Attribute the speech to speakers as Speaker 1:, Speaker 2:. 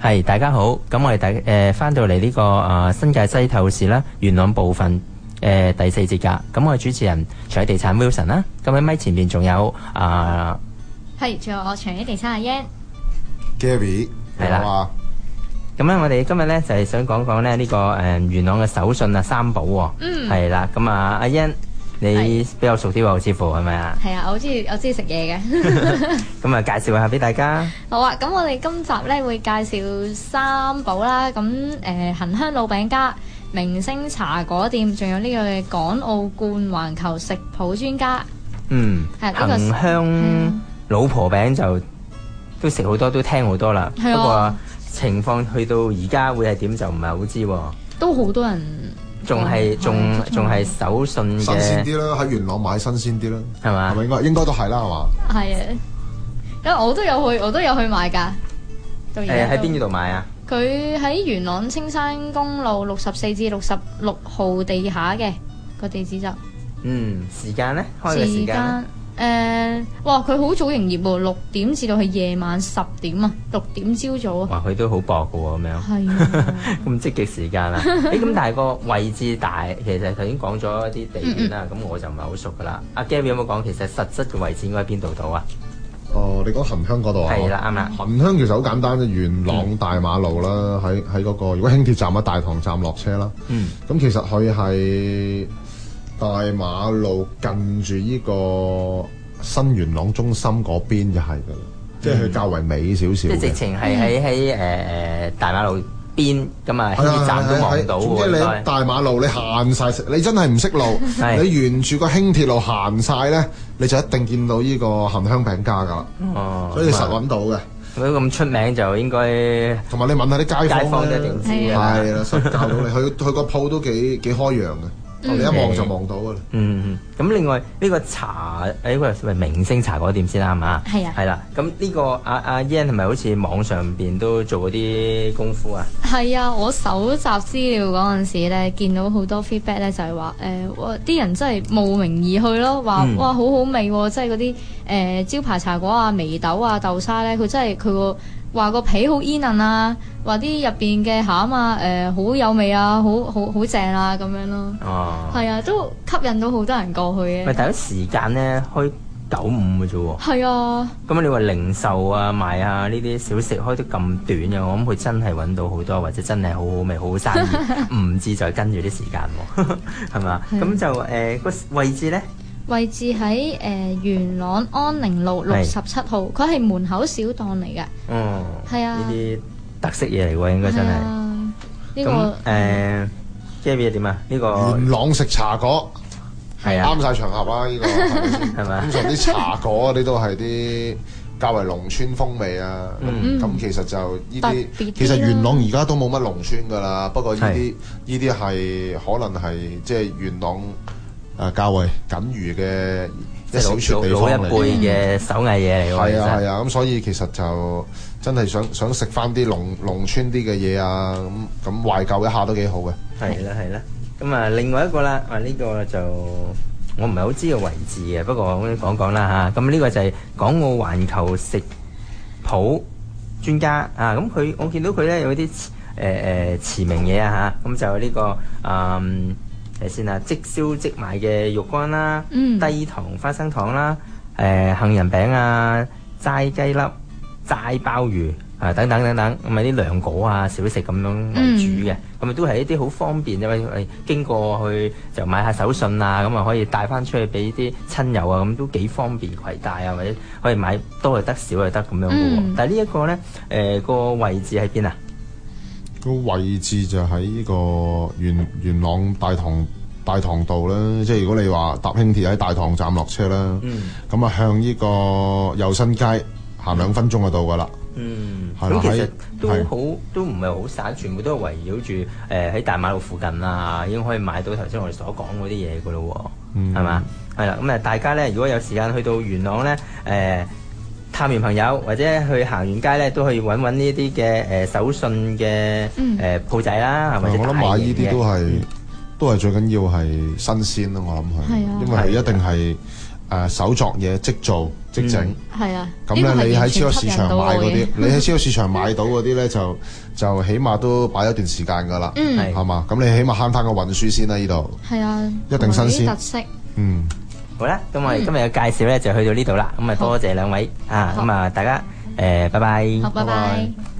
Speaker 1: 係大家好，咁我哋大誒翻到嚟呢、個啊、新界西透視啦，元朗部分誒、呃第四節㗎。咁我係主持人財地產 Wilson 啦，咁喺咪前面仲有啊
Speaker 2: 係，仲有我長一地三阿 yen，
Speaker 3: Gary
Speaker 1: 係啦
Speaker 3: 係嘛？
Speaker 1: 咁咧，我哋今日咧就係、想講講咧呢、個誒、呃元朗嘅手信啊三寶喎、
Speaker 2: 嗯
Speaker 1: 係啦、咁啊阿 Yan 你比較熟啲喎，似乎係咪啊？
Speaker 2: 係啊，我好中意我中意食嘢嘅。
Speaker 1: 咁啊介紹下俾大家，
Speaker 2: 好啊，咁我哋今集咧會介紹三寶啦，咁誒、呃、恆香老餅家、明星茶果店，仲有呢個嘅港澳冠環球食譜專家，
Speaker 1: 嗯，
Speaker 2: 係呢個
Speaker 1: 恒香老婆餅就都食好多，都聽好多啦。
Speaker 2: 係啊
Speaker 1: 不過情況去到而家會係點就唔係好知喎。
Speaker 2: 都好多人
Speaker 1: 仲係
Speaker 2: 講
Speaker 1: 仲仲係手信
Speaker 3: 新鮮
Speaker 1: 嘅啊
Speaker 3: 啲啦，喺元朗買新鮮啲啦，
Speaker 1: 係嘛
Speaker 3: 係咪應該應該都係啦，係嘛？
Speaker 2: 係啊，因為我都有去，我都有去買㗎。到而家
Speaker 1: 誒喺
Speaker 2: 都
Speaker 1: 邊度買啊？
Speaker 2: 佢喺元朗青山公路六十四至六十六號地下嘅個地址就
Speaker 1: 嗯，時間咧，開嘅時間呢
Speaker 2: 誒、呃哇！佢好早營業喎，六點至到係夜晚十點啊，六點朝早啊，
Speaker 1: 哇，佢都好薄嘅 喎，咁樣
Speaker 2: 係啊
Speaker 1: 咁積極時間啊！誒咁，但係個位置大，其實頭先講咗一啲地點啦，咁我就唔係好熟噶啦。阿 Gary 有冇講其實實質嘅位置應該喺邊度到啊？
Speaker 3: 哦，你講恒香嗰度啊？
Speaker 1: 係啦，。啱啦，
Speaker 3: 恒香其實好簡單啫，元朗大馬路啦，喺喺嗰個如果輕鐵站喺大堂站落車啦，
Speaker 1: 嗯，
Speaker 3: 咁其實佢係大馬路近住呢個新元朗中心嗰邊就係㗎啦，即係佢較為尾少少
Speaker 1: 嗯即係直
Speaker 3: 嘅。
Speaker 1: 情係喺喺誒誒大馬路邊咁啊，
Speaker 3: 嗯係
Speaker 1: 輕
Speaker 3: 啊
Speaker 1: 鐵站都望到
Speaker 3: 係啊係啊總之
Speaker 1: 喎，
Speaker 3: 你
Speaker 1: 應
Speaker 3: 喺
Speaker 1: 該
Speaker 3: 大馬路你行晒，你真係唔識路，
Speaker 1: 係
Speaker 3: 你沿住個輕鐵路行晒咧，你就一定見到呢個含香餅家㗎啦，
Speaker 1: 哦，
Speaker 3: 嗯所以實啊揾到嘅。
Speaker 1: 佢咁出名就應該嗯
Speaker 3: 同埋你問下啲街
Speaker 1: 街坊
Speaker 3: 坊
Speaker 1: 都一
Speaker 3: 咧
Speaker 1: 定，知啊㗎
Speaker 2: 係
Speaker 1: 啦。
Speaker 3: 係啦，實教到你。佢佢個鋪都幾幾開揚嘅，哦你一望就望到㗎啦。
Speaker 1: 嗯，嗯咁另外呢、個茶誒呢、個喂明星茶果店先啦，係嘛？
Speaker 2: 係啊
Speaker 1: 係啦。咁呢、個阿阿 Yan 係咪好似網上邊都做嗰啲功夫啊？
Speaker 2: 係啊！我搜集資料嗰陣時咧，見到好多 feedback 咧，就係話誒，哇啲人真係慕名而去咯，話、
Speaker 1: 嗯
Speaker 2: 哇好好味喎、即係嗰啲誒招牌茶果啊、眉豆啊、豆沙咧，佢真係佢個話個皮好煙韌啊，話啲入邊嘅餡啊誒、好有味啊，好好好正啊咁樣咯。
Speaker 1: 哦，
Speaker 2: 係啊，都吸引到好多人過去
Speaker 1: 喂，
Speaker 2: 嘅。
Speaker 1: 但係時間咧開九五嘅啫喎。
Speaker 2: 係啊，
Speaker 1: 咁你話零售啊、賣啊呢啲小食開得咁短嘅，我諗佢真係揾到好多，或者真係好好味、好好生 意，唔知就係跟住啲時間喎、 係嘛？
Speaker 2: 係啊
Speaker 1: 咁就誒、個位置咧，
Speaker 2: 位置喺誒、呃元朗安寧路六十七號，佢係門口小檔嚟嘅。
Speaker 1: 哦，
Speaker 2: 係啊
Speaker 1: 呢啲特色嘢嚟喎，應該真係。
Speaker 2: 係啊呢
Speaker 1: 咁
Speaker 2: 個
Speaker 1: 誒，Gary 點啊？呢個
Speaker 3: 元朗食茶果
Speaker 1: 係啊
Speaker 3: 嗯啱，晒場合啦，呢個係咪 先
Speaker 1: 係嘛
Speaker 3: 通？常啲茶果嗰啲都係啲較為農村風味啊，
Speaker 1: 嗯
Speaker 3: 咁咁其實就呢
Speaker 2: 嗯特
Speaker 3: 啲
Speaker 2: 別啲
Speaker 3: 其實
Speaker 2: 啦
Speaker 3: 元朗而家都冇乜農村噶啦，不過呢
Speaker 1: 係
Speaker 3: 啲呢啲係可能係即係元朗誒呃較為僅餘嘅
Speaker 1: 即
Speaker 3: 一小撮
Speaker 1: 係
Speaker 3: 地
Speaker 1: 老老
Speaker 3: 方
Speaker 1: 一
Speaker 3: 嚟
Speaker 1: 輩
Speaker 3: 嘅。
Speaker 1: 嗯嘅手藝嘢嚟喎，其
Speaker 3: 係啊係
Speaker 1: 實
Speaker 3: 啊，咁所以其實就真係想想食翻啲農農村啲嘅嘢啊，咁咁懷舊一下都幾好嘅。
Speaker 1: 係啦係啦。咁啊，另外一個啦，啊呢個就我唔係好知個位置嘅，不過我講講啦嚇。咁呢個就係港澳環球食譜專家啊。咁佢我見到佢咧有啲誒誒馳名嘢啊嚇，咁就呢個啊睇先啊，即燒即賣嘅肉乾啦，
Speaker 2: 嗯
Speaker 1: 低糖花生糖啦，誒、杏仁餅啊，齋雞粒、齋鮑魚啊等等等等，咁咪啲涼果啊小食咁樣為
Speaker 2: 嗯
Speaker 1: 主嘅，咁啊咪、都係一啲好方便因為誒經過去就買下手信啊，咁啊可以帶翻出去俾啲親友啊，咁都幾方便攜帶啊，或者可以買多又得少又得咁樣嘅喎。
Speaker 2: 嗯
Speaker 1: 但係呢一個咧，誒、個位置喺邊啊？
Speaker 3: 個位置就喺呢個元元朗大堂大堂道啦，即係如果你話搭輕鐵喺大堂站落車啦，
Speaker 2: 嗯
Speaker 3: 咁啊、向呢個右新街行兩分鐘就到噶啦。
Speaker 1: 嗯，
Speaker 3: 係啦
Speaker 1: 咁其實
Speaker 3: 喺
Speaker 1: 都
Speaker 3: 係
Speaker 1: 好都唔係好散，全部都係圍繞住誒喺大馬路附近啊，已經可以買到頭先我哋所講嗰啲嘢噶咯
Speaker 3: 嗯
Speaker 1: 喎，係嘛、係啦，咁誒啊大家咧，如果有時間去到元朗咧，誒、探完朋友或者去行完街咧，都可以揾揾呢啲嘅誒呃手信嘅
Speaker 2: 嗯
Speaker 1: 誒鋪仔啦，係
Speaker 3: 我
Speaker 1: 咪？
Speaker 3: 諗買呢啲都
Speaker 1: 係
Speaker 3: 係都係最緊要係新鮮啦，我諗佢，
Speaker 2: 係啊
Speaker 3: 因為佢一定係誒、誒手作嘢即做即整。
Speaker 2: 係啊，呢
Speaker 3: 咁
Speaker 2: 個
Speaker 3: 咧，
Speaker 2: 係
Speaker 3: 你喺
Speaker 2: 完
Speaker 3: 超
Speaker 2: 全吸
Speaker 3: 級市
Speaker 2: 引
Speaker 3: 場
Speaker 2: 到我
Speaker 3: 買嗰
Speaker 2: 嘅
Speaker 3: 啲，你喺超級市場買到嗰啲咧，就就起碼都擺咗段時間㗎啦，
Speaker 2: 嗯
Speaker 1: 係
Speaker 3: 係嘛？咁你起碼慳翻個運輸先啦，呢度。
Speaker 2: 係啊，
Speaker 3: 一定
Speaker 2: 同
Speaker 3: 新鮮
Speaker 2: 埋啲特色。
Speaker 3: 嗯，
Speaker 1: 好啦，咁我哋今日嘅介紹咧就去到呢度啦，咁啊
Speaker 2: 嗯好
Speaker 1: 多謝兩位啊，
Speaker 2: 好
Speaker 1: 咁啊大家誒拜拜。
Speaker 2: 好，拜
Speaker 3: 拜拜
Speaker 2: 拜。